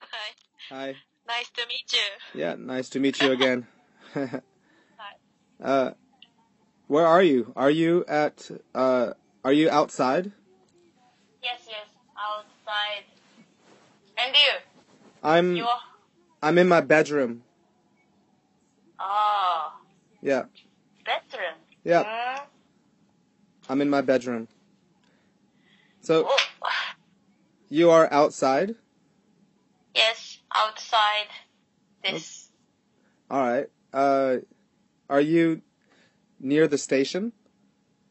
Hi. Hi. Nice to meet you. Yeah, nice to meet you again. uh, where are you? Are you at? Uh, are you outside? Yes, yes. Outside. And you? I'm. You are? I'm in my bedroom. Oh, Yeah, bedroom. yeah. Hmm? I'm in my bedroom. So Oh. you are outside. Yes, outside. This. All right. Uh, are you near the station?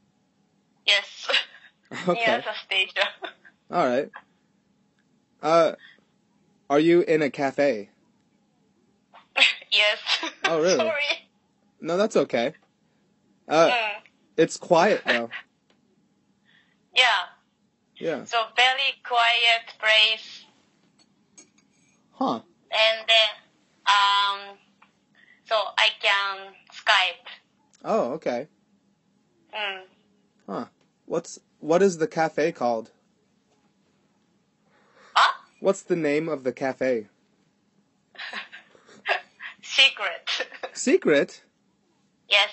Yes. Near Okay. the station. All right. Uh, are you in a cafe? yes. Oh, really? Sorry. No, that's okay. Uh, Hmm. it's quiet though. Yeah. Yeah. So very quiet place. Huh. And then, um, so I can Skype. Oh, okay. Hmm. Huh. What's what is the cafe called? Ah? What's the name of the cafe? Secret. Secret. yes,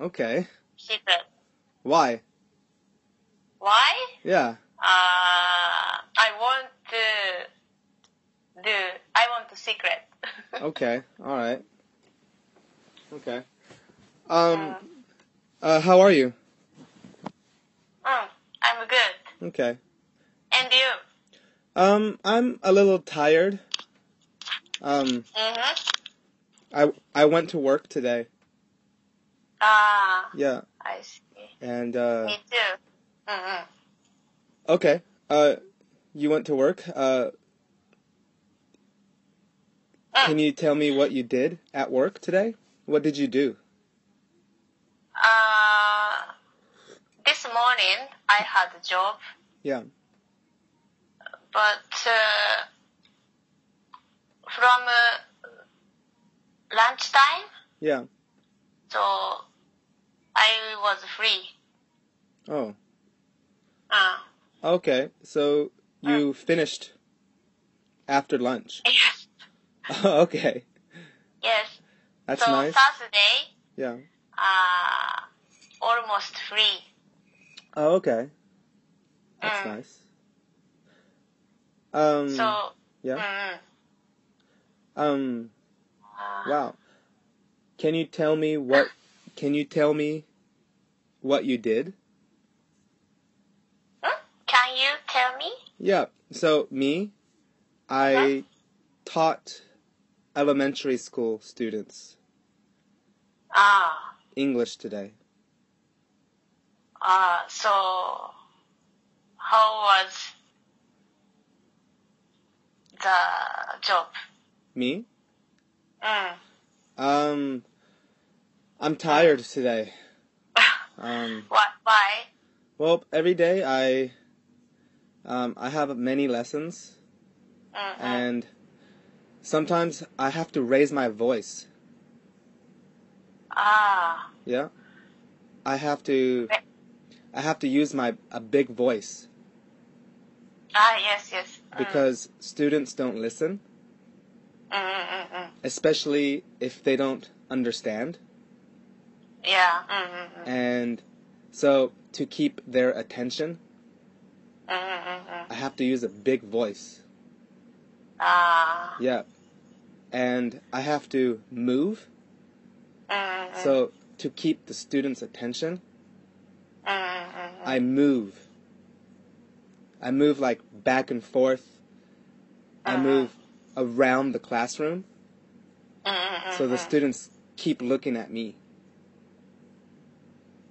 Okay. secret. Why? Why? Yeah. Uh, I want to do, I want to secret. Okay. All right. Okay. Um. Uh. How are you? Mm, I'm good. Okay. And you? Um. I'm a little tired. Um. Mm-hmm. I I went to work today. Ah, Yeah. I see. And uh. Me too. Mm-hmm. Okay. Uh. You went to work. Uh. Ah. Can you tell me what you did at work today? What did you do? Uh, this morning I had a job, Yeah. but uh, from uh, lunchtime, Yeah. so I was free. Oh. Uh, Okay, so Ah. you finished after lunch. yes. okay, Yes. that's so nice. Saturday, Yeah. uh, almost free. Oh, okay, that's Mm. nice. Um. So, yeah. mm, Um. uh, Wow. Can you tell me what? Can you tell me what you did? hmm? can you tell me? Yeah. So me, I taught elementary school students Ah, English today. uh, so how was the job? Me. Mm. Um. I'm tired today. Um. what? Why? Well, every day I um, I have many lessons, Mm, mm. and sometimes I have to raise my voice. Ah, Yeah, I have to Right. I have to use my a big voice ah, yes, yes. Mm, because students don't listen, mm, mm, mm, mm. especially if they don't understand. Yeah. Mm, mm, mm, And so to keep their attention, mm, mm, mm, mm. I have to use a big voice. Ah. Yeah, and I have to move. Mm, mm, mm, So to keep the students' attention, mm, mm, mm, mm. I move. I move like back and forth. I Uh-huh. move around the classroom Mm, mm, mm, so the mm. students keep looking at me.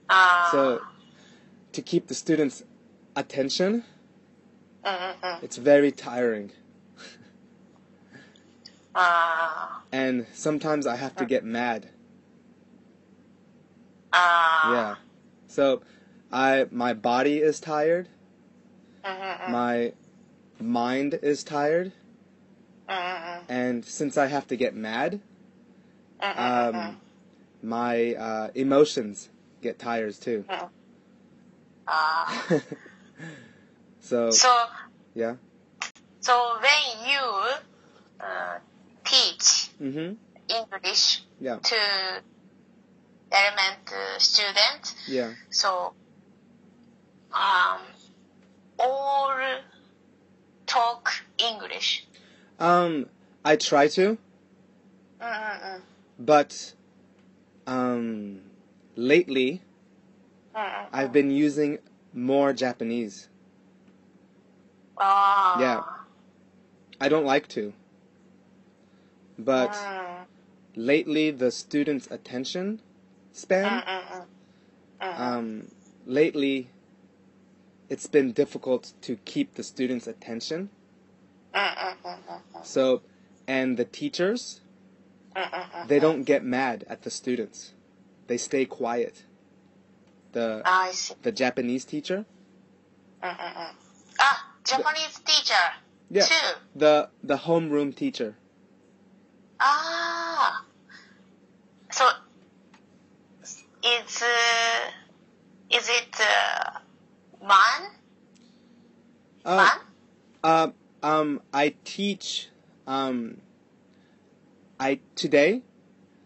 Ah. So to keep the students' attention, Mm, mm, mm. it's very tiring. Ah. And sometimes I have to get mad. Ah. Yeah. So I my body is tired, Mm, mm, mm. my mind is tired, Mm, mm, mm. and since I have to get mad, Mm, mm, mm, um, my uh, emotions get tired too. mm. Ah. so So, yeah. so when you uh, teach Mm-hmm. English Yeah. to element uh, students. Yeah. So, um, all talk English. Um, I try to, Mm, Mm-mm-mm. but um, lately Mm-mm. I've been using more Japanese. Ah. Yeah. I don't like to, but Mm. lately the students' attention span. Mm-mm-mm. Mm. Um, lately, it's been difficult to keep the students' attention. mm, Mm-mm-mm-mm. So, and the teachers, Mm-mm-mm. they don't get mad at the students. They stay quiet. The I see. the Japanese teacher, Mm-mm-mm. Ah, Japanese teacher. yeah, Too. the the homeroom teacher, Ah. So, it's, uh, is it, uh, man? uh, Man? uh, um, I teach, um, I today,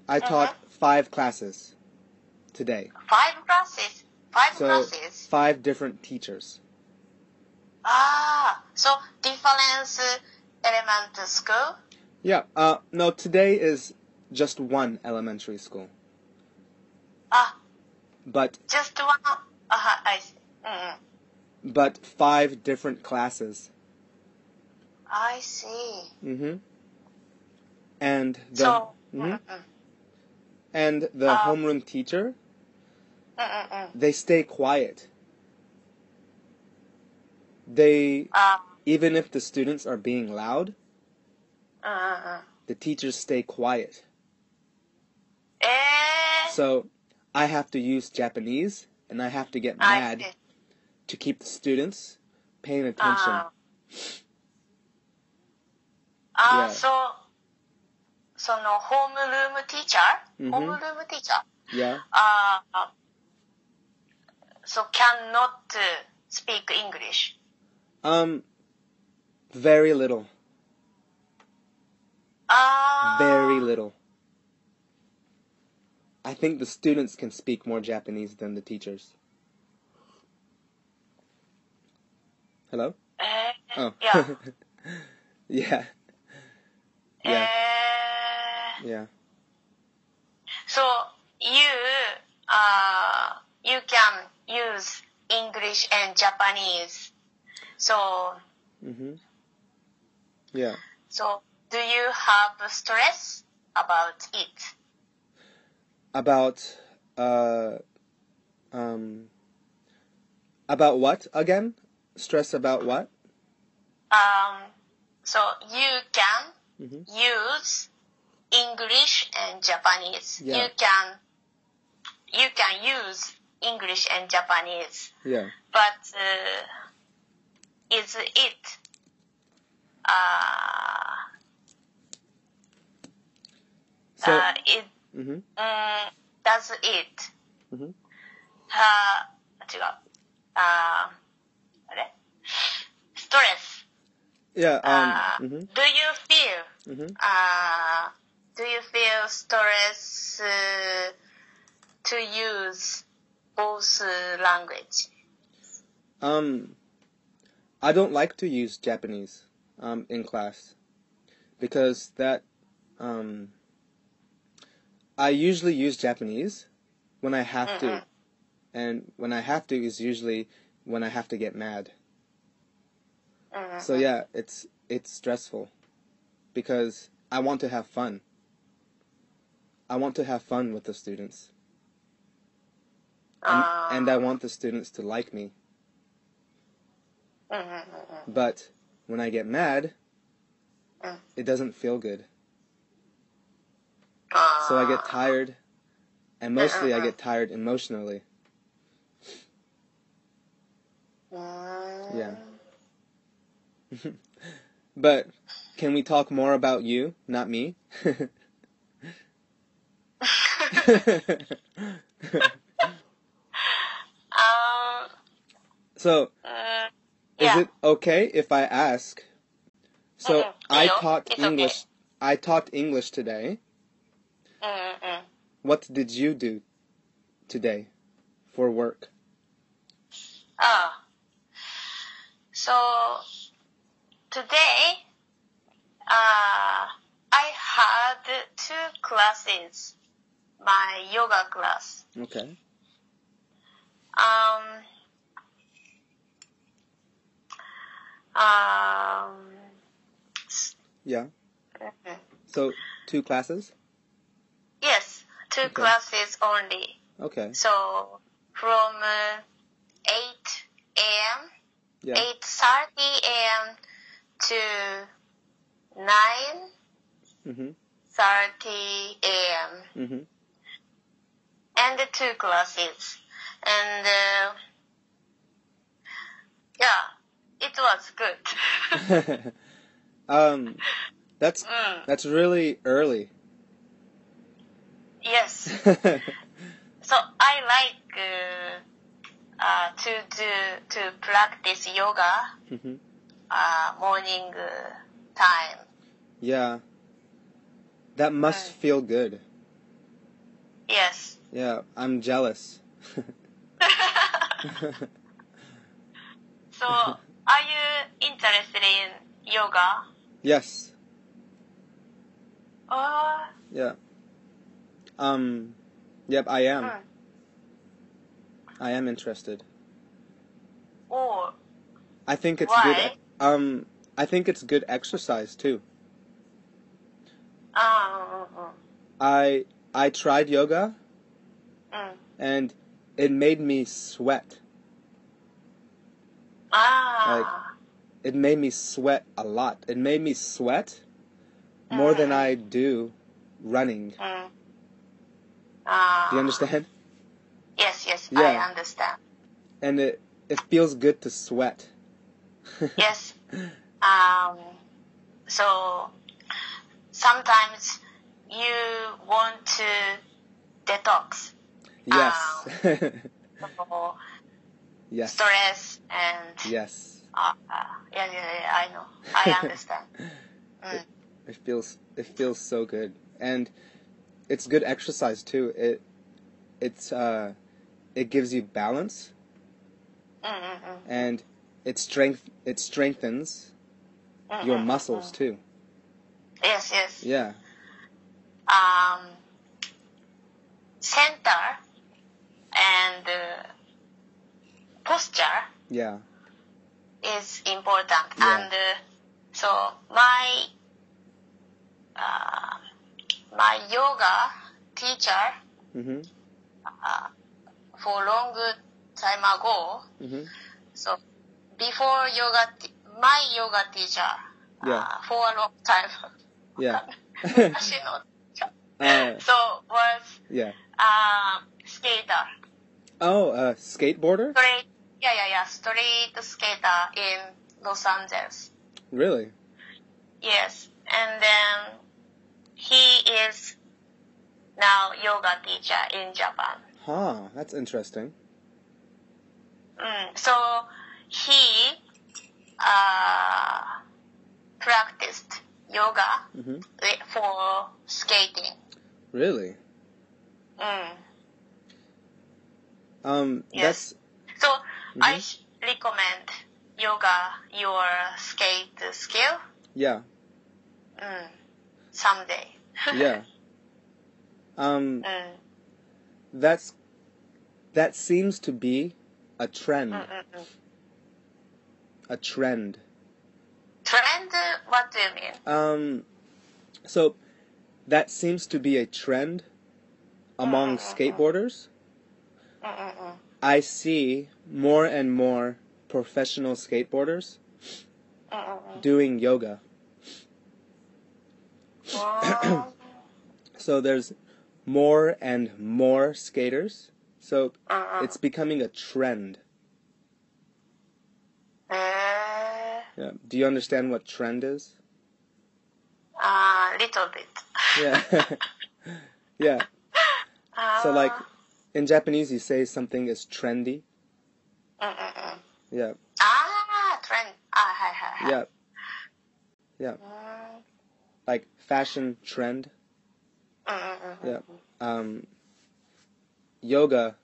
I taught five classes, today. Uh-huh. Five classes. Five So classes. five different teachers. Ah, so difference element school? Yeah. Uh, no, today is just one elementary school, Ah, but just one. Uh-huh, I see. Mm-mm. but five different classes. I see. Mm-hmm. And the so, Mhm. mm-mm. and the Uh, homeroom teacher, Mm-mm-mm. they stay quiet. They Uh, even if the students are being loud, mm-mm-mm. the teachers stay quiet. Eh, So I have to use Japanese and I have to get I mad see. to keep the students paying attention. Uh, uh, Yeah. Ah, so, その、ホームルームティーチャー、 Mhm. ホームルームティーチャー yeah. あー、so cannot uh, speak English. Um very little. あー、 Very little. I think the students can speak more Japanese than the teachers. Hello? えー、 Oh. Eh, Yeah. yeah. え Yeah. ー、 Yeah. Eh, so you, uh, you can use English and Japanese. So, Mhm. Yeah. So, do you have stress about it? About uh um about what again? Stress about what? Um, so you can Mhm. use English and Japanese. Yeah. You can you can use English and Japanese, Yeah. but uh, is it uh, So uh, it Mhm. um, does it Mhm. あー違うあーあれストレス Yeah, Uh, um mhm. do you feel Mhm. uh, do you feel stress uh, to use both uh, language Um, I don't like to use Japanese um, in class because that um, I usually use Japanese when I have to, and when I have to is usually when I have to get mad. So yeah, it's it's stressful because I want to have fun. I want to have fun with the students, and, Ah. and I want the students to like me. But when I get mad, Mm. it doesn't feel good. uh, So I get tired, and mostly I get tired emotionally. mm, Yeah. But can we talk more about you, not me? um so, mm, is yeah it okay if I ask? So, Mm-mm. I Leo, taught it's okay. English I taught English today. うんうんうん。 What did you do today for work? Ah. So today, uh, I had two classes, my yoga class. Okay. Um, um, Yeah. So two classes? yes, two classes only. Okay. So from uh, 8 a.m. Yeah. 8.30 a.m. to 9 Mhm. 30 a.m. Mhm. and the two classes. And uh, yeah, it was good. um that's mm, that's really early. yes. So I like uh, uh, to do to practice yoga Mhm. uh, morning uh, time. Yeah. That must Right. feel good. Yes. Yeah, I'm jealous. so are you interested in yoga? yes. Oh, Yeah. Um yep, I am. mm. I am interested. oh, I think it's good why? ex- um I think it's good exercise too. Ah, mm, mm, I I tried yoga mm. and it made me sweat. ah, It made me sweat a lot. It made me sweat more than I do running. mm. ah. Do you understand? Yes, yes, Yeah. I understand. And it it feels good to sweat. Yes. Um, so sometimes you want to detox Yes. from yes. stress and Yes. uh, uh, yeah, yeah, yeah, I know. I understand. Mm. It feels it feels so good. And it's good exercise too. It it's uh it gives you balance Mm, mm, mm. and it strength it strengthens Mm, your mm, mm, muscles mm. too. Yes, yes. Yeah. Um, center and uh, posture Yeah. is important Yeah. and uh, so my uh, my yoga teacher Mhm. uh, for long time ago Mhm. so before yoga t- my yoga teacher uh, Yeah. for a long time Yeah. Ashino teacher. uh, so was yeah. uh, skater Oh, uh, skateboarder? straight yeah yeah yeah straight skater in Los Angeles Really? Yes, and then he is now yoga teacher in Japan. Huh. That's interesting. Mm, so he uh, practiced yoga Mhm. wi- for skating. Really? Mm, Um, yes. that's So I Mhm. sh- recommend yoga your skate skill yeah, mm, someday. yeah. Um, mm, that's that seems to be a trend. mm, mm, mm. A trend. Trend? What do you mean? Um, so that seems to be a trend among skateboarders. Mm, mm, mm. I see more and more professional skateboarders Mm, mm, mm. doing yoga. Oh. So there's more and more skaters. So Uh-uh. it's becoming a trend. Uh, Yeah. Do you understand what trend is? a little bit. Yeah. yeah. Uh. So like in Japanese you say something is trendy. Mm-mm-mm. Yeah. Ah, trend. Ah, hi, hi, hi. Yeah. Yeah. Mm, like fashion trend. うんうんうんうん Yeah. Uh-huh. Um, yoga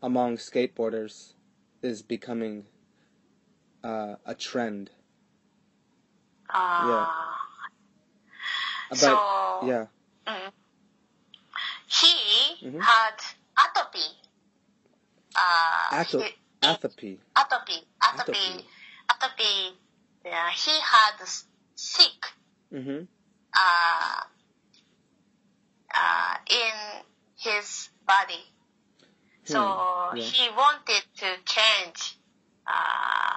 among skateboarders is becoming uh, a trend. あ But So- yeah, あ、うん。He Mhm. had atopy. Uh, ato- he- atopy. atopy. Atopy. Atopy. Atopy. Yeah, he had s- sick hmm uh, uh, in his body. So Hmm, yeah. he wanted to change uh,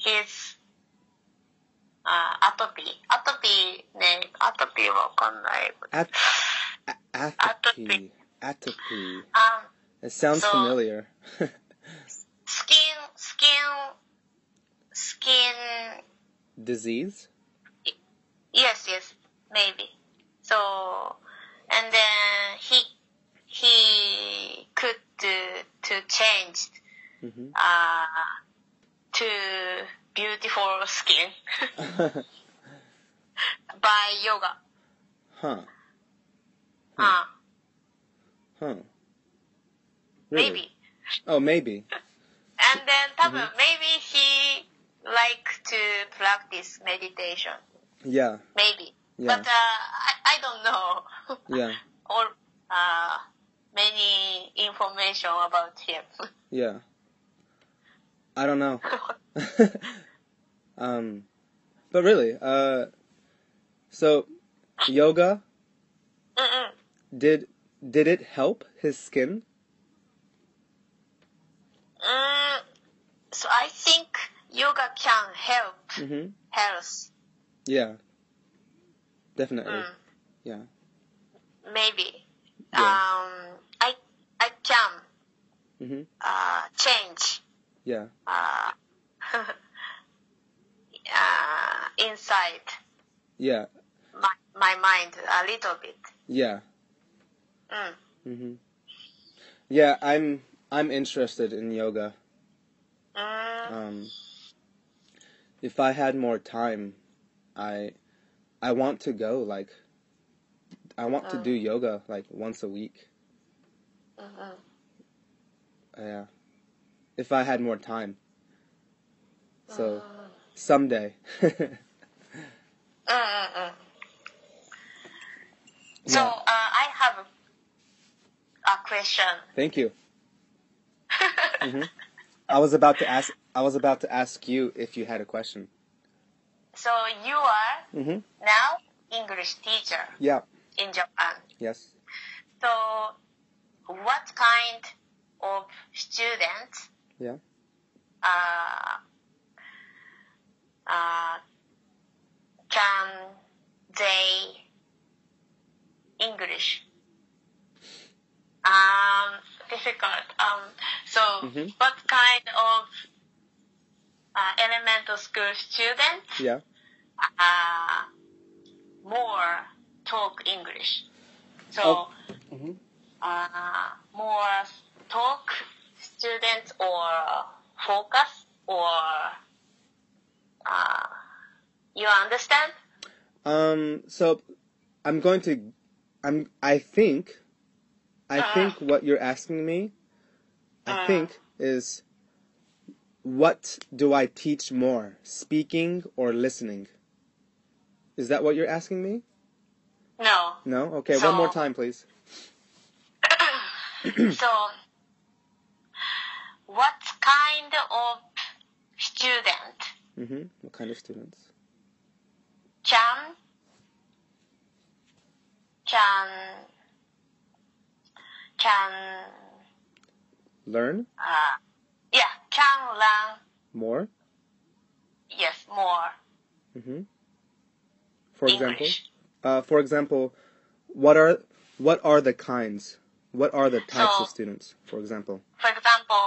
his uh, atopy. Atopy ね、atopy わかんない。 At- a- atopy. Atopy. Atopy. Um, It sounds So- familiar. skin, skin, skin, Disease? yes, yes, maybe. So, and then he, he could do, to change hmm uh, to beautiful skin by yoga. huh. Hmm. Uh, Huh. Really? maybe. Oh, maybe. And then 多分 Mm-hmm. maybe he like to practice meditation. Yeah. Maybe. Yeah. But uh, I, I don't know. Yeah. or uh, many information about him. Yeah. I don't know. um, but really, uh, so yoga Mm-mm. did did it help his skin? Mm, so I think yoga can help Mm-hmm. health. Yeah. Definitely. Mm, Yeah. maybe. Yeah. Um, I I can Mm-hmm. uh, change Yeah. uh, uh, inside Yeah. my my mind a little bit. Yeah. Mm. Mm-hmm. Yeah. I'm I'm interested in yoga. Mm, um, if I had more time, I I want to go like I want to do yoga like once a week. mm-mm. Yeah, if I had more time. So someday. Mm-mm-mm. Mm-hmm. So yeah. uh, I have a question. Thank you. hmm I was about to ask. I was about to ask you if you had a question. So you are Mm-hmm. now English teacher Yeah. in Japan. Yes. So what kind of students Yeah. uh, uh, can they English? Um, difficult. Um, so Mhm. what kind of uh, elementary school students Yeah. uh, more talk English. So mm-hmm. Oh. Mhm. uh, more talk students or focus or uh, you understand? Um. So, I'm going to. I'm. I think. I Ah. think what you're asking me. I Ah. think is. What do I teach more, speaking or listening? Is that what you're asking me? No. No. Okay. One more No. time, please. so what kind of student hmm What kind of students? can can can Learn uh, yeah, can learn, more. yes, more hmm For example. English. Uh, for example, what are what are the kinds? What are the types of So- students? For example. For example,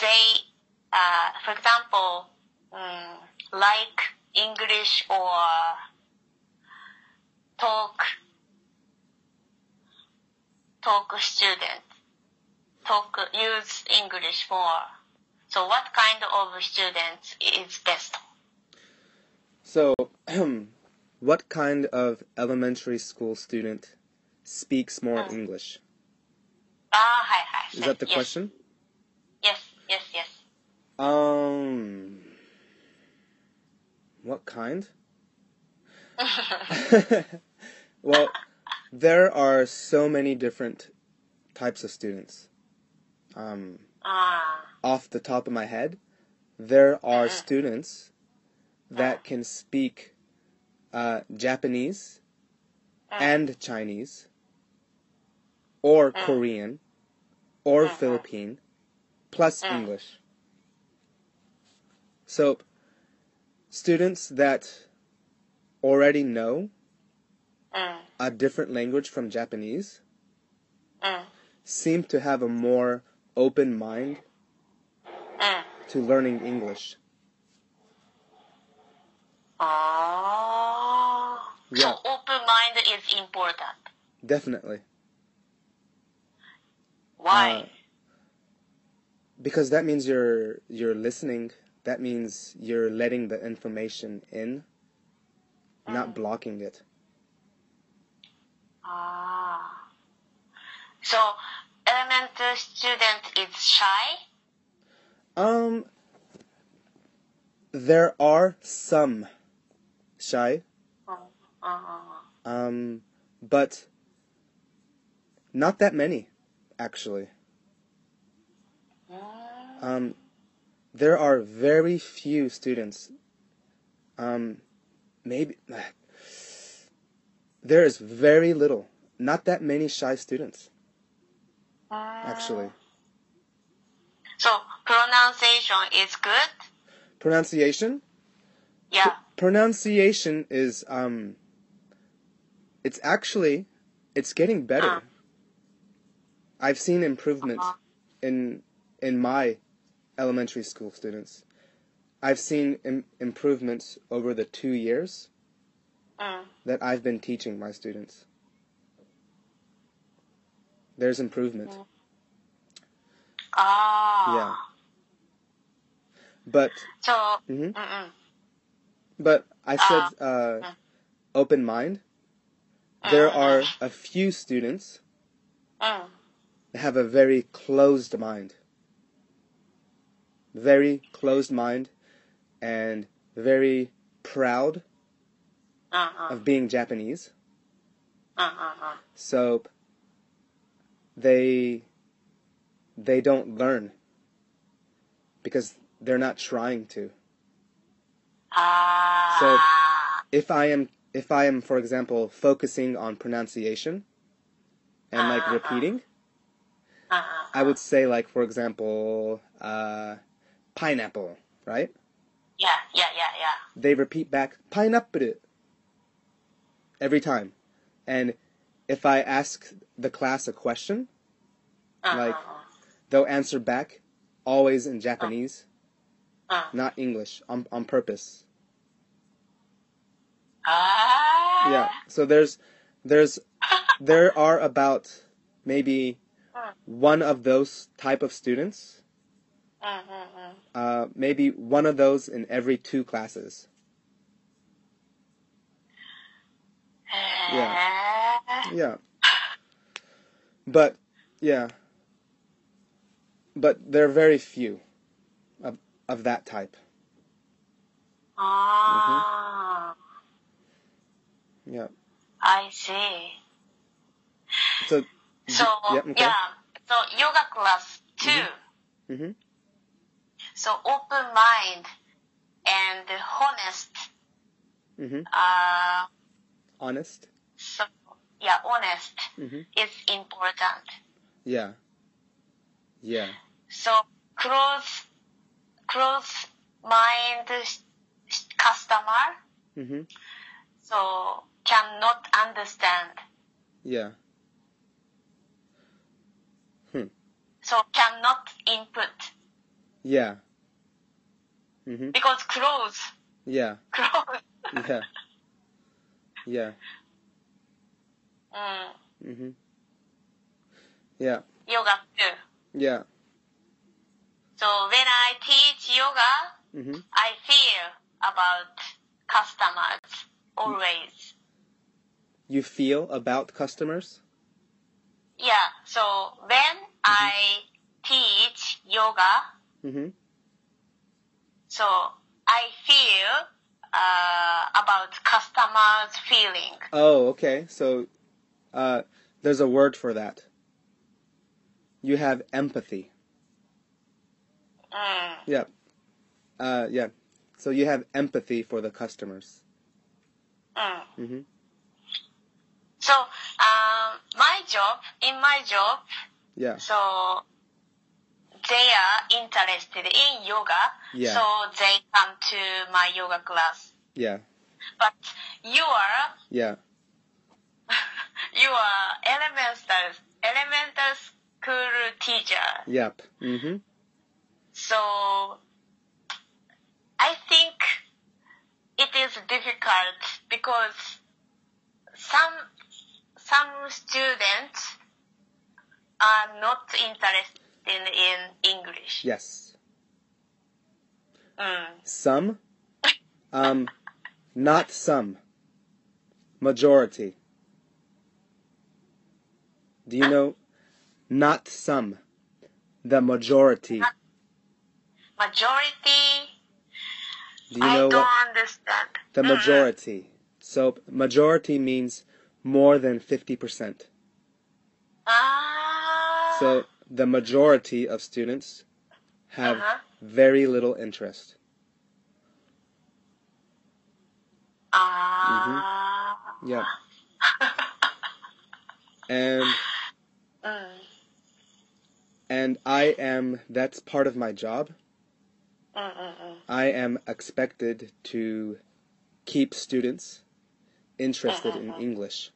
they, uh, for example, um, like English or talk, talk student, talk, use English more. So what kind of students is best? So, What kind of elementary school student speaks more Mm. English? ああ、はいはい。 Is that the Ah, yes, question? Yes, yes, yes. Um, what kind? well, there are so many different types of students. Um, あ off the top of my head, there are students that can speak uh, Japanese and Chinese, or Korean, or Philippine, plus English. So, students that already know あ、うん、 a different language from Japanese うん、 seem to have a more open mind うん。 to learning English. ああ。 Yeah. Ah. So open mind is important. Definitely. Why? Uh, because that means you're you're listening. That means you're letting the information in, not blocking it. Ah. So, elementary student is shy? Um there are some shy Oh, oh, um but not that many actually. oh. Mm, Um, there are very few students. Um, maybe there is very little, not that many shy students mm. actually. So, pronunciation is good? Pronunciation? Yeah. Pronunciation is um, it's actually, it's getting better. Uh. I've seen improvement Uh-huh. in in my elementary school students. I've seen Im- improvements over the two years Mm. that I've been teaching my students. There's improvement. Uh-huh. Yeah. Ah. But So, Mhm. mm-mm. but I said uh, open mind. There are a few students Mm. that have a very closed mind. Very closed mind and very proud Uh, uh, of being Japanese. uh, uh, uh. So they they don't learn because they're not trying to. Ah. So- if I am if I am, for example, focusing on pronunciation and like repeating, uh, uh, I would say like for example, uh, pineapple, right? yeah, yeah, yeah, yeah. They repeat back pineapple every time. And if I ask the class a question, Uh, Like- uh, they'll answer back always Ah. in Japanese, uh. not English, on on purpose. Ah. Yeah. So there's there's there are about maybe Ah. one of those type of students Mm, mm, mm. uh, maybe one of those in every two classes. Eh. Yeah. But yeah. But there are very few of of that type. Mm-hmm. Ah. Yeah. I see. So So yeah, okay. yeah, so yoga class too. Mhm. So open mind and honest. Mhm. Uh, honest. so yeah, honest Mhm. is important. Yeah. Yeah. So close, close mind s- s- customer. Mhm. So cannot understand. Yeah. So cannot input Yeah. Mhm. because close, Yeah. close. Yeah. Yeah. Mm, Mhm. Yeah. yoga too. Yeah. So when I teach yoga, Mhm. I feel about customers always. you feel about customers? Yeah. So when I teach yoga, Mm-hmm. so I feel uh, about customers' feeling. Oh, okay. So uh, there's a word for that. You have empathy. Mm. Yeah. Uh, yeah. So you have empathy for the customers. Mm. Mm-hmm. So um, my job, in my job, Yeah. so they are interested in yoga, Yeah. so they come to my yoga class. Yeah. But you are Yeah. you are elementary elementary school teacher, Yep. Mm-hmm. so I think it is difficult because some some students are not interested in English. Yes. Mm. Some. Um, not some. Majority. Do you know? Not some. The majority. Majority, Do you I know don't what? understand. Mm. The Mm-mm. majority. So majority means more than 50%. Ah. So the majority of students have Uh-huh. very little interest. mm-hmm. Ah. Yep. And Mm. and I am that's part of my job. Mm-mm-mm. I am expected to keep students interested in English.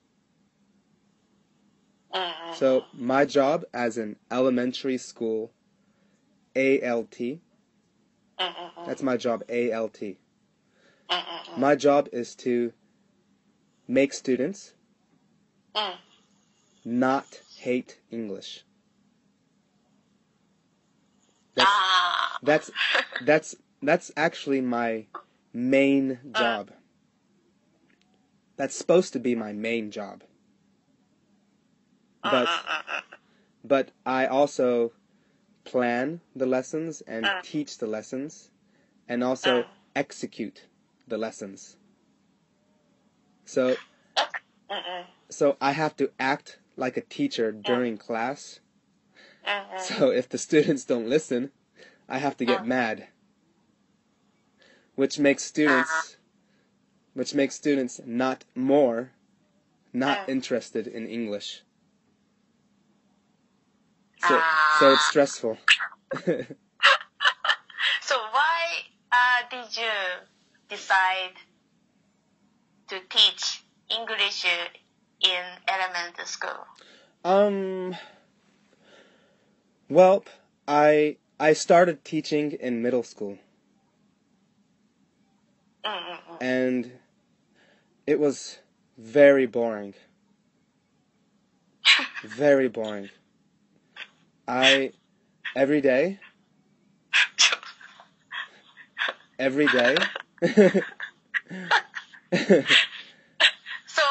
Mm-mm. So my job as an elementary school ALT, Mm-mm-mm. that's my job ALT. Mm-mm-mm. My job is to make students Mm. not hate English. That's Ah. that's that's that's actually my main job. That's supposed to be my main job. But but I also plan the lessons and teach the lessons and also execute the lessons. So Mm-mm. so I have to act like a teacher during class. Mm-mm. So if the students don't listen, I have to get mad. Which makes students which makes students not more not interested in English. So so it's stressful. So why uh, did you decide to teach English in elementary school? um well, I I started teaching in middle school Mm-mm-mm. and it was very boring. Very boring. I every day every day mm-hmm, So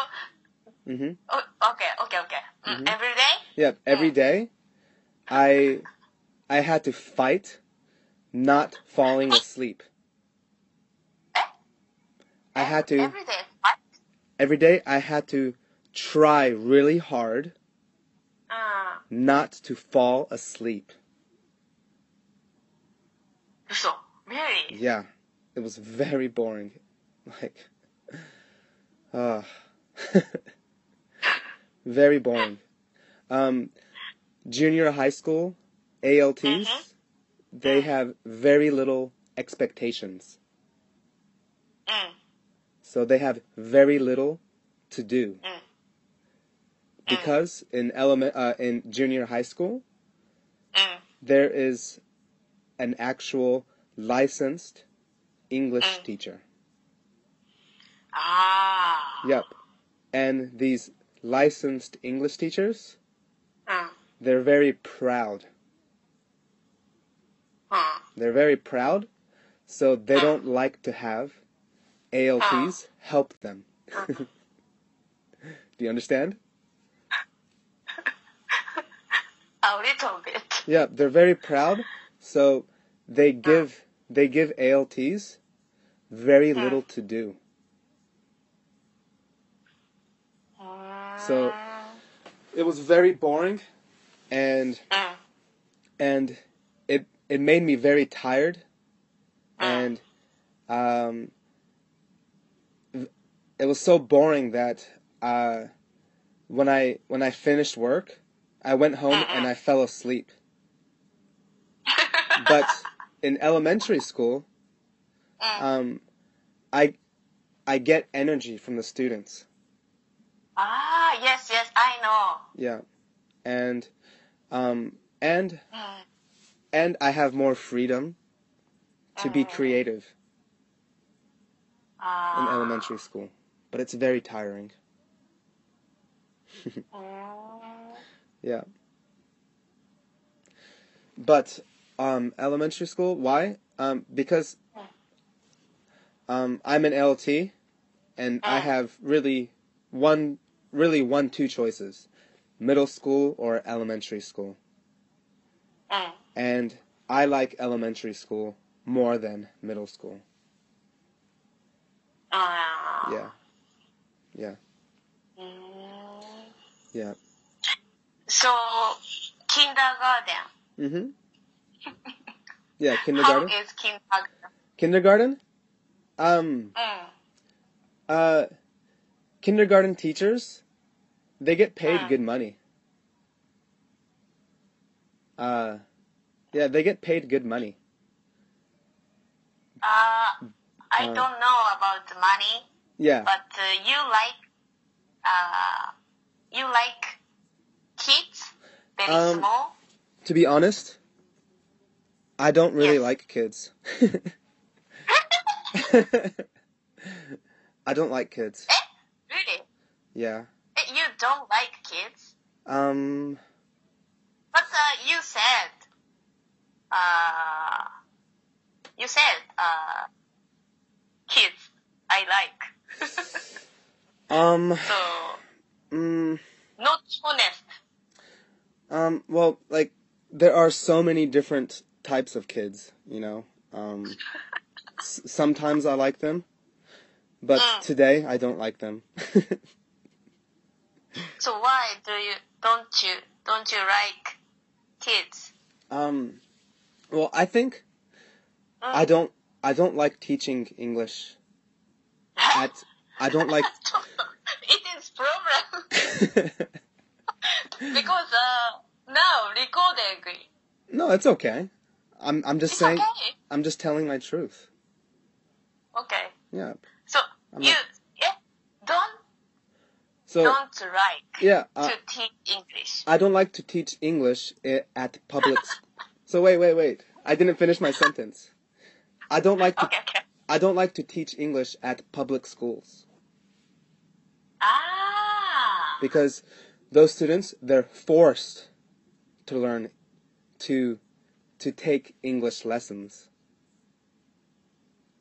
mhm o okay, okay, okay. Mm, Mm-hmm. every day? Yep, every day I I had to fight not falling asleep. I had to Every day. What? every day I had to try really hard Uh, not to fall asleep. so really? Yeah. It was very boring. Like uh very boring. Um junior high school ALTs Mm-hmm. they have very little expectations. Mm. So they have very little to do. Mm. Because in element uh, in junior high school, Mm. there is an actual licensed English Mm. teacher. Ah. Yep. And these licensed English teachers, Mm. they're very proud. Mm. They're very proud, so they don't like to have ALTs help them. Do you understand? a little bit. Yeah, they're very proud. So they give they give ALTs very little to do. So- Mm, It was very boring and mm, and it it made me very tired and um it was so boring that uh when I when I finished work, I went home and I fell asleep. but in elementary school, um, I I get energy from the students. ah, yes, yes, I know. Yeah, and um, and Mm, and I have more freedom to be creative in ah, elementary school, but it's very tiring. mm, Yeah. But um, elementary school, why? Um, because um, I'm an LT, and I have really one, really one, two choices: middle school or elementary school. mm, And I like elementary school more than middle school. ah, Yeah, yeah, mm. yeah. So, kindergarten. Mhm. Yeah, How kindergarten. is kindergarten? Kindergarten. Um. Mm, Uh. Kindergarten teachers, they get paid good money. Uh. Yeah, they get paid good money. uh, I Uh, don't know about the money, Yeah. but uh, you like, uh, you like kids, very Um, small. To be honest, I don't really Yes. like kids. I don't like kids. Eh, really? Yeah. Eh, You don't like kids? Um. But uh, you said, uh, you said, uh, kids I like. Um. so Mm, not honest. um. Well, like there are so many different types of kids. You know. Um. s- sometimes I like them, but Mm. today I don't like them. So why do you don't you don't you like kids? um. Well, I think Oh. I don't. I don't like teaching English. At I don't like. it is problem because uh, now recording. no, it's okay. I'm. I'm just It's saying. okay. I'm just telling my truth. Okay. Yeah. So I'm you not- yeah, don't So don't like yeah, uh, to teach English. I don't like to teach English i- at public. s- so wait, wait, wait. I didn't finish my sentence. I don't like to. Okay, okay. I don't like to teach English at public schools Ah. because those students they're forced to learn to to take English lessons.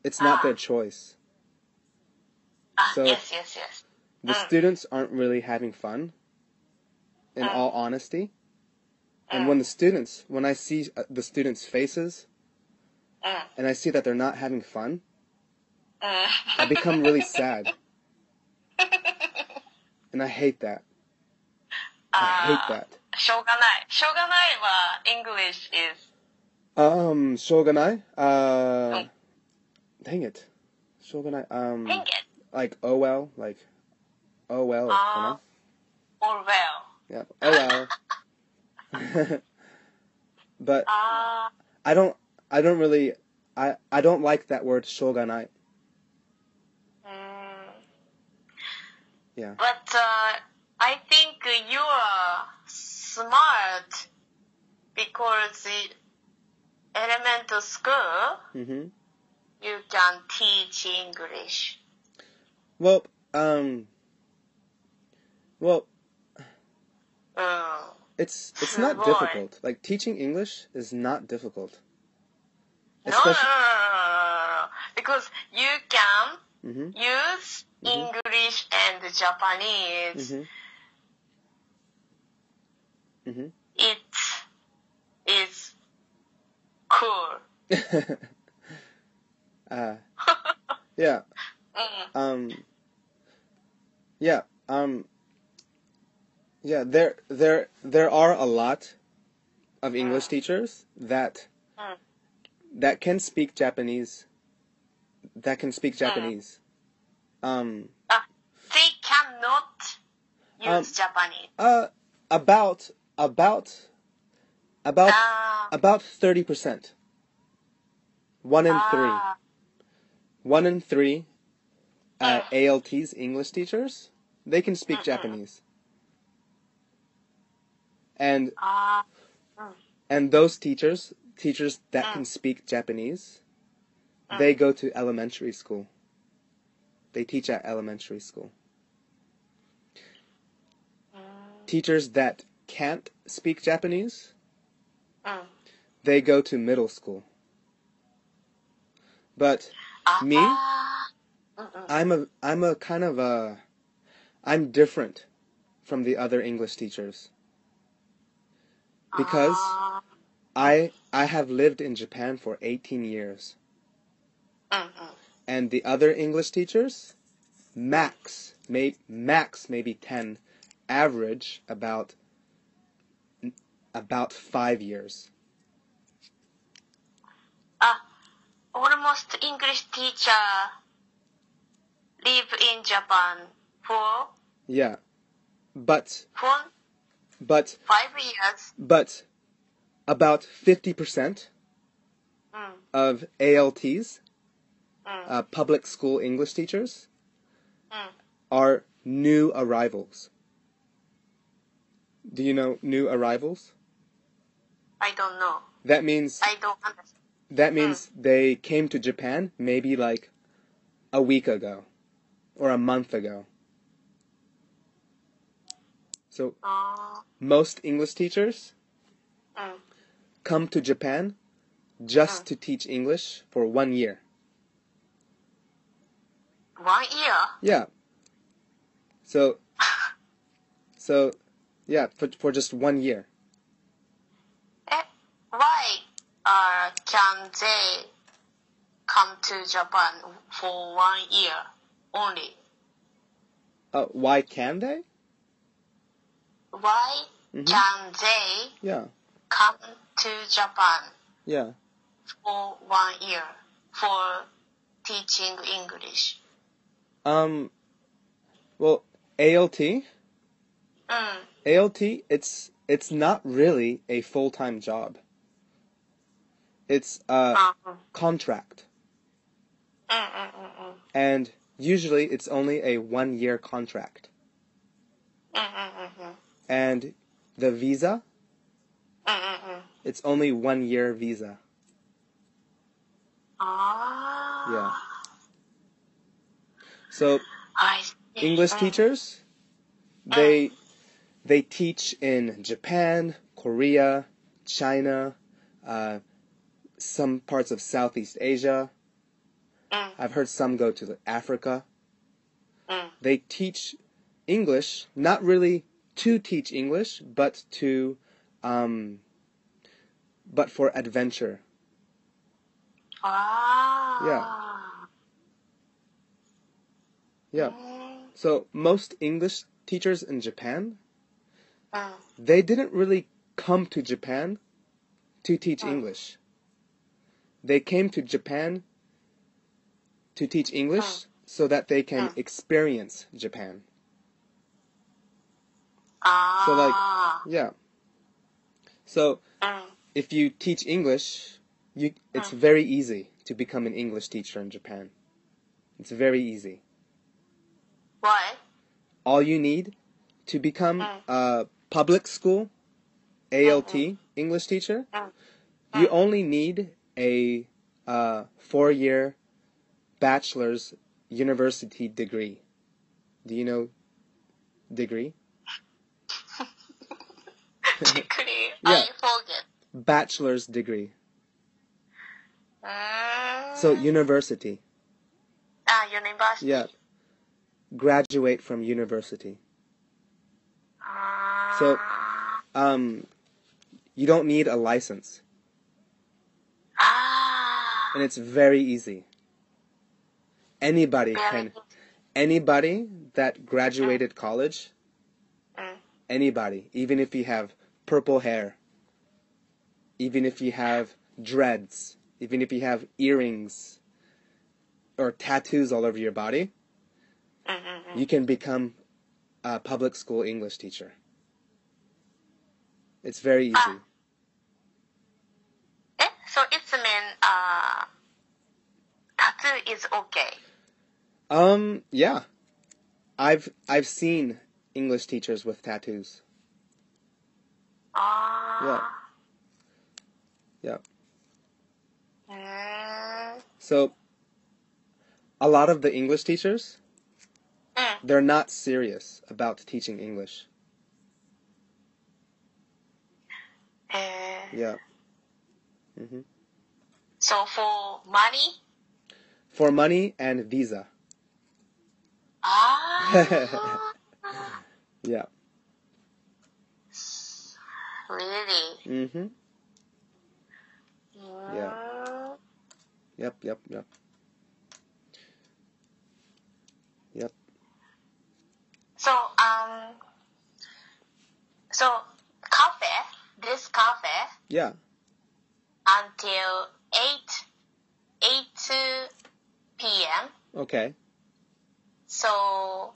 It's not their choice. Ah, So- yes, yes, yes. The Um, students aren't really having fun. In um, all honesty, and when the students, when I see uh, the students' faces, Mm, and I see that they're not having fun, mm. I become really sad. And I hate that. I Ah. hate that. しょうがない。しょうがないは English is Um, shogunai? Uh, Mm. dang it. Shogunai, um, dang it like, oh well, like, oh well, Ah. or well. yeah, oh well. but Ah, I don't, I don't really, I, I don't like that word shogunai. mm. Yeah. But uh, I think you are smart because the elementary school hmm you can teach English. Well, um, well, Mm. it's, it's not Boy. difficult. Like, teaching English is not difficult. No, no, no, no, no, no, no, no. Because you can hmm use English and Japanese, Mhm. Mhm. it is cool. Mm-hmm. uh, yeah. Mm. Um. Yeah. Um. Yeah. There. There. There are a lot of English teachers that Mm. that can speak Japanese. That can speak Japanese. Um. Uh, They cannot use Um, Japanese. Uh. About. About. About. Ah, About thirty percent. One in three. ah, one in three uh, ALTs, English teachers, they can speak Japanese. And ah, and those teachers, teachers Ah. that can speak Japanese, they go to elementary school. They teach at elementary school. Ah. Teachers that can't speak Japanese, mm. they go to middle school. But Ah, me, ah. I'm a I'm a kind of a I'm different from the other English teachers because Ah, I I have lived in Japan for 18 years mm, mm. and the other English teachers max may max maybe 10 average about about 5 years. Ah, almost English teacher live in Japan for Yeah. But for but five years. but about 50% Mm, of ALTs, mm, uh, public school English teachers mm. are new arrivals. Do you know new arrivals? I don't know. That means I don't understand. that means they came to Japan maybe like a week ago or a month ago. So Oh, most English teachers mm. come to Japan just to teach English for 1 year. One year. Yeah. So so yeah, for for just 1 year. Eh, why uh, can they come to Japan for one year only? Uh, why can they? Why Mhm. can they Yeah. come to Japan Yeah. for one year for teaching English? Um well, ALT Mm, ALT, it's it's not really a full time job. It's a um, mm, contract, mm, mm, mm, and usually it's only a one year contract. mm, mm, mm, mm, And the visa, mm, mm, mm. it's only one year visa. Ah, So I see. English Mm, teachers, they they teach in Japan, Korea, China, uh, some parts of Southeast Asia. mm, I've heard some go to Africa. mm, they teach English, not really to teach English, but to, um, but for adventure. Ah, Yeah. mm, So most English teachers in Japan, mm, they didn't really come to Japan to teach English. They came to Japan to teach English so that they can experience Japan. So like, ah, yeah. So mm. if you teach English, you it's very easy to become an English teacher in Japan. It's very easy. Why? all you need to become a public school ALT English teacher. Mm. You only need a uh, four year bachelor's university degree. Do you know degree? Degree. Yeah. I forget. Bachelor's degree. Mm. Uh. So university. ah, university. Yeah. graduate from university. Ah. So, um, you don't need a license, Ah, and it's very easy. Anybody very can, anybody that graduated college, Mm. anybody, even if you have purple hair, even if you have dreads, even if you have earrings or tattoos all over your body, Mm, mm, mm. you can become a public school English teacher. It's very Ah. easy. Eh? So it's mean uh, tattoo is okay. Um, yeah. I've I've seen English teachers with tattoos. Ah. Yeah. Mm. So a lot of the English teachers, Mm. they're not serious about teaching English. Eh. Yeah. hmm So for money. For money and visa. Ah. Yeah. really. Mm-hmm. Mm. Yep, yep, yep. Yep. So um. So cafe. This cafe Yeah. until eight eight p.m. Okay. So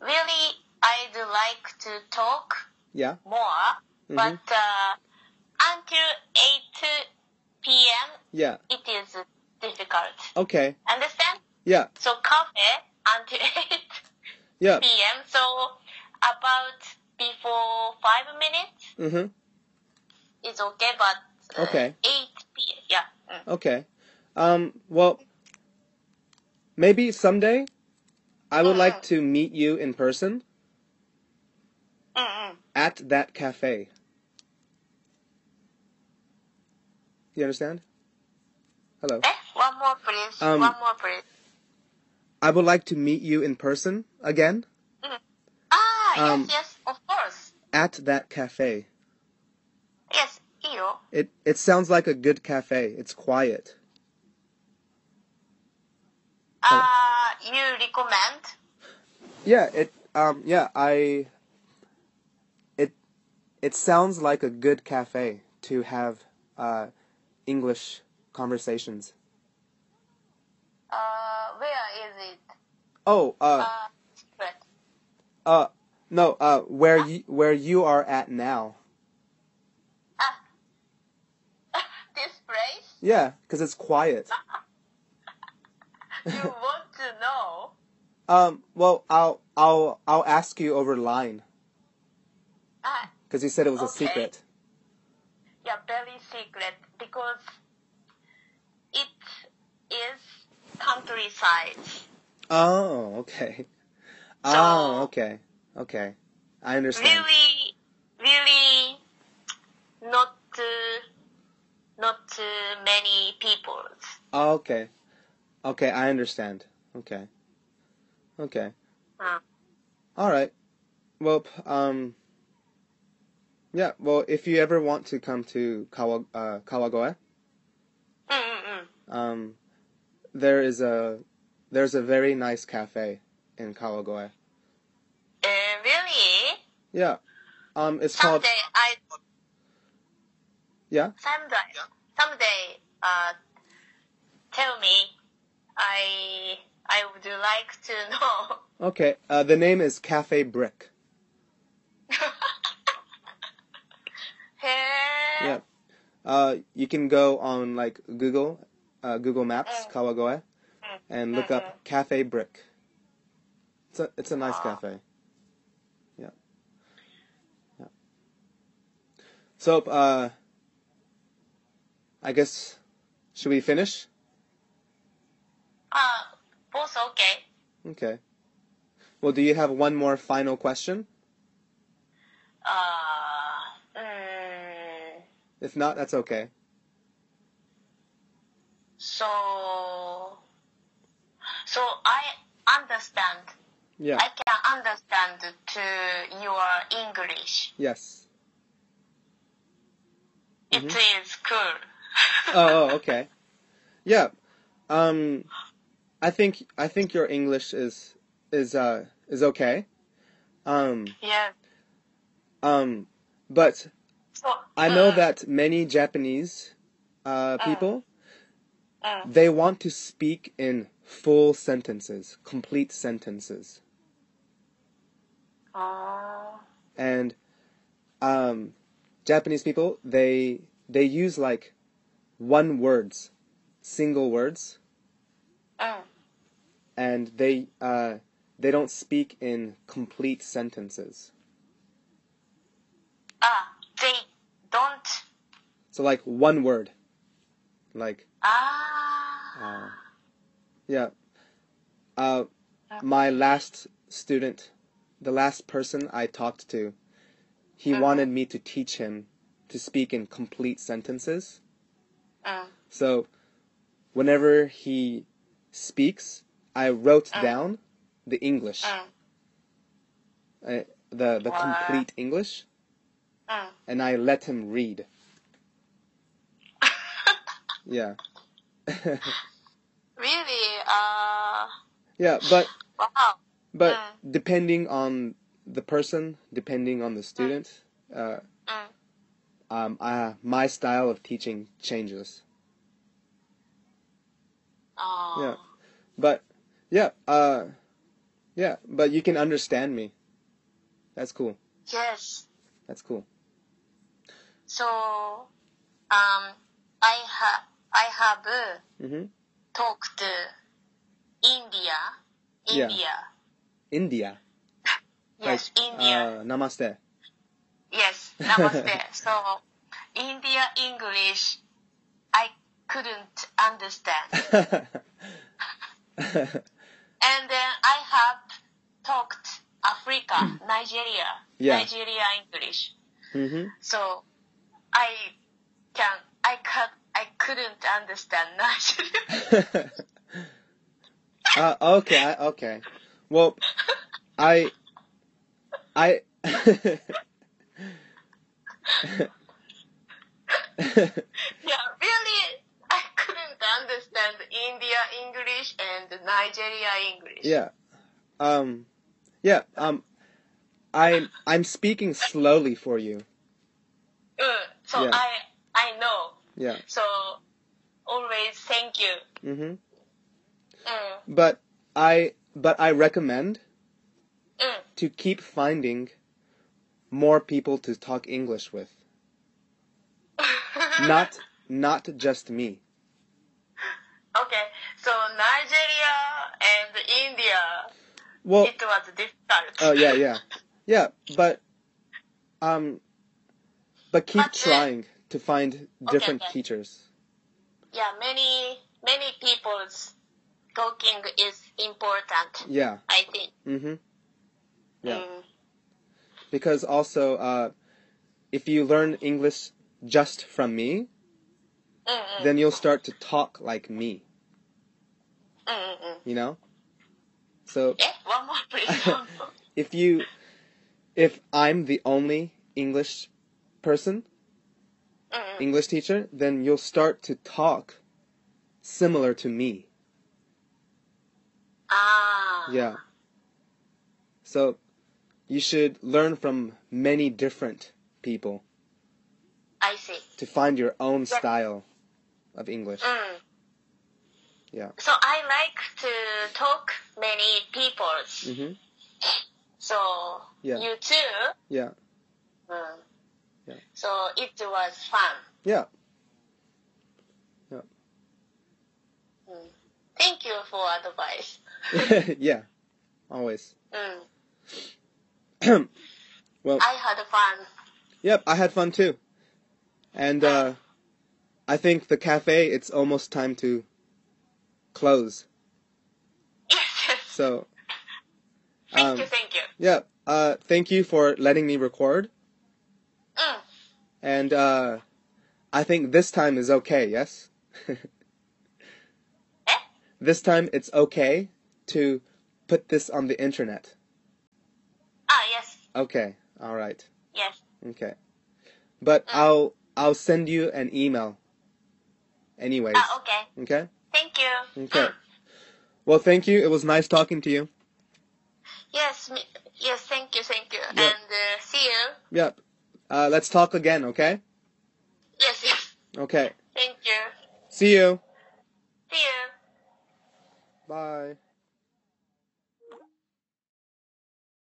really, I'd like to talk Yeah. more, Mhm. but uh, until 8 p.m. Yeah. it is difficult. Okay. Understand? Yeah. So cafe until 8 Yeah. p.m. So about before five minutes Mm-hmm. is okay, but uh, Okay. 8 p.m. Yeah. Mm. Okay. Um, well, maybe someday I would like to meet you in person Mm-mm. at that cafe. You understand? Hello. Eh, one more please. Um, one more please. I would like to meet you in person again Ah, um, yes, yes, of course. at that cafe. Yes, you. It it sounds like a good cafe. It's quiet. Oh. Uh, you recommend? Yeah, it um yeah, I it it sounds like a good cafe to have uh English conversations. Uh, where is it? Oh, uh Uh, secret. uh no, uh where you where you are at now. Ah, this place? Yeah, cuz it's quiet. You want to know? Um well, I'll I'll I'll ask you over line Ah, cuz you said it was a Okay. secret. yeah, very secret because it is countryside. Oh, okay. So- Oh, okay. Okay. I understand. Really, really not uh, not uh, many people. Oh, okay. Okay, I understand. Okay. Okay. Uh, Ah. All right. Well, p- um, yeah. Well, if you ever want to come to Kawa, uh, Kawagoe, mm, mm, mm. um, there is a there's a very nice cafe in Kawagoe. Uh, really? Yeah. Um, it's called Someday I yeah. someday someday uh tell me I I would like to know. Okay. Uh, the name is Cafe Brick. Hey. Yeah. Uh, you can go on like Google, uh, Google Maps Kawagoe, and look up Cafe Brick. It's a it's a nice Ah. cafe. Yeah. Yeah. So uh, I guess should we finish? Uh, both okay. Okay. Well, do you have one more final question? Uh, mm, If not, that's okay. so so I understand Yeah. I can understand to your English. Yes. It Mm-hmm. is cool. Oh, oh, okay. Yeah. Um, I think I think your English is is uh is okay. Um, Yeah. um, but So I know mm, that many Japanese uh, people mm. they want to speak in full sentences, complete sentences, Oh. and um, Japanese people they they use like one words, single words, Mm. and they uh, they don't speak in complete sentences. Ah, they don't. So like one word, like Ah. uh, yeah. Uh, my last student, the last person I talked to, he wanted me to teach him to speak in complete sentences. Mm. So whenever he speaks, I wrote down the English, Mm. uh, the the Wow. complete English, Mm. and I let him read. Yeah, Really? Uh. yeah, but Wow. but Mm. depending on the person, depending on the student, uh, Mm. um, I, my style of teaching changes. Oh. Yeah. But yeah, uh yeah, but you can understand me. That's cool. Yes. That's cool. So, um, I ha I have uh, Mhm. talked India, Yeah. India. India. Yes, like India. uh namaste. Yes, namaste. so, India English, I couldn't understand. And then I have talked Africa, Nigeria, Hmm. Yeah. Nigeria English. mhm. So, I can I can I couldn't understand Nigeria. uh okay, I, okay. Well, I I Yeah, really, I couldn't understand India English and Nigeria English. yeah. Um yeah, um I I'm speaking slowly for you. Uh, so Yeah. I I know. Yeah. So always thank you. Mhm. Mm, But I but I recommend mm. to keep finding more people to talk English with. Not not just me. okay. So Nigeria and India, Well, it was difficult. oh yeah, yeah, yeah. But um, but keep But, uh, trying to find different okay. teachers. yeah, many many people's talking is important. Yeah. I think. Mhm. Yeah. Mm, Because also, uh, if you learn English just from me, mm, mm, then you'll start to talk like me. mm, mm, mm. You know. So Eh, one more example. if you if I'm the only English person, Mm, mm. English teacher, then you'll start to talk similar to me. Ah. Yeah. So you should learn from many different people I see. to find your own Yeah. style of English. Mm. Yeah. So I like to talk many peoples. Mhm. So Yeah. you too. Yeah. Mm. Yeah. So it was fun. Yeah. Mm. Thank you for advice. yeah. Always. Mm. well, I had fun. yep, I had fun too. And uh I think the cafe it's almost time to close. Yes. yes. So Thank um you. Thank you. yeah, uh thank you for letting me record. Mm. And uh, I think this time is okay, yes? Eh? This time it's okay to put this on the internet? Ah, yes, Okay, all right, yes. okay. But Mm. I'll I'll send you an email. Anyways, Ah, okay. okay, Thank you. okay. Mm. Well, thank you. It was nice talking to you. Yes, me, yes. Thank you, thank you. Yeah. And uh, see you. Yep. Uh, let's talk again, okay? Yes, yes. Okay. Thank you. See you. See you. Bye.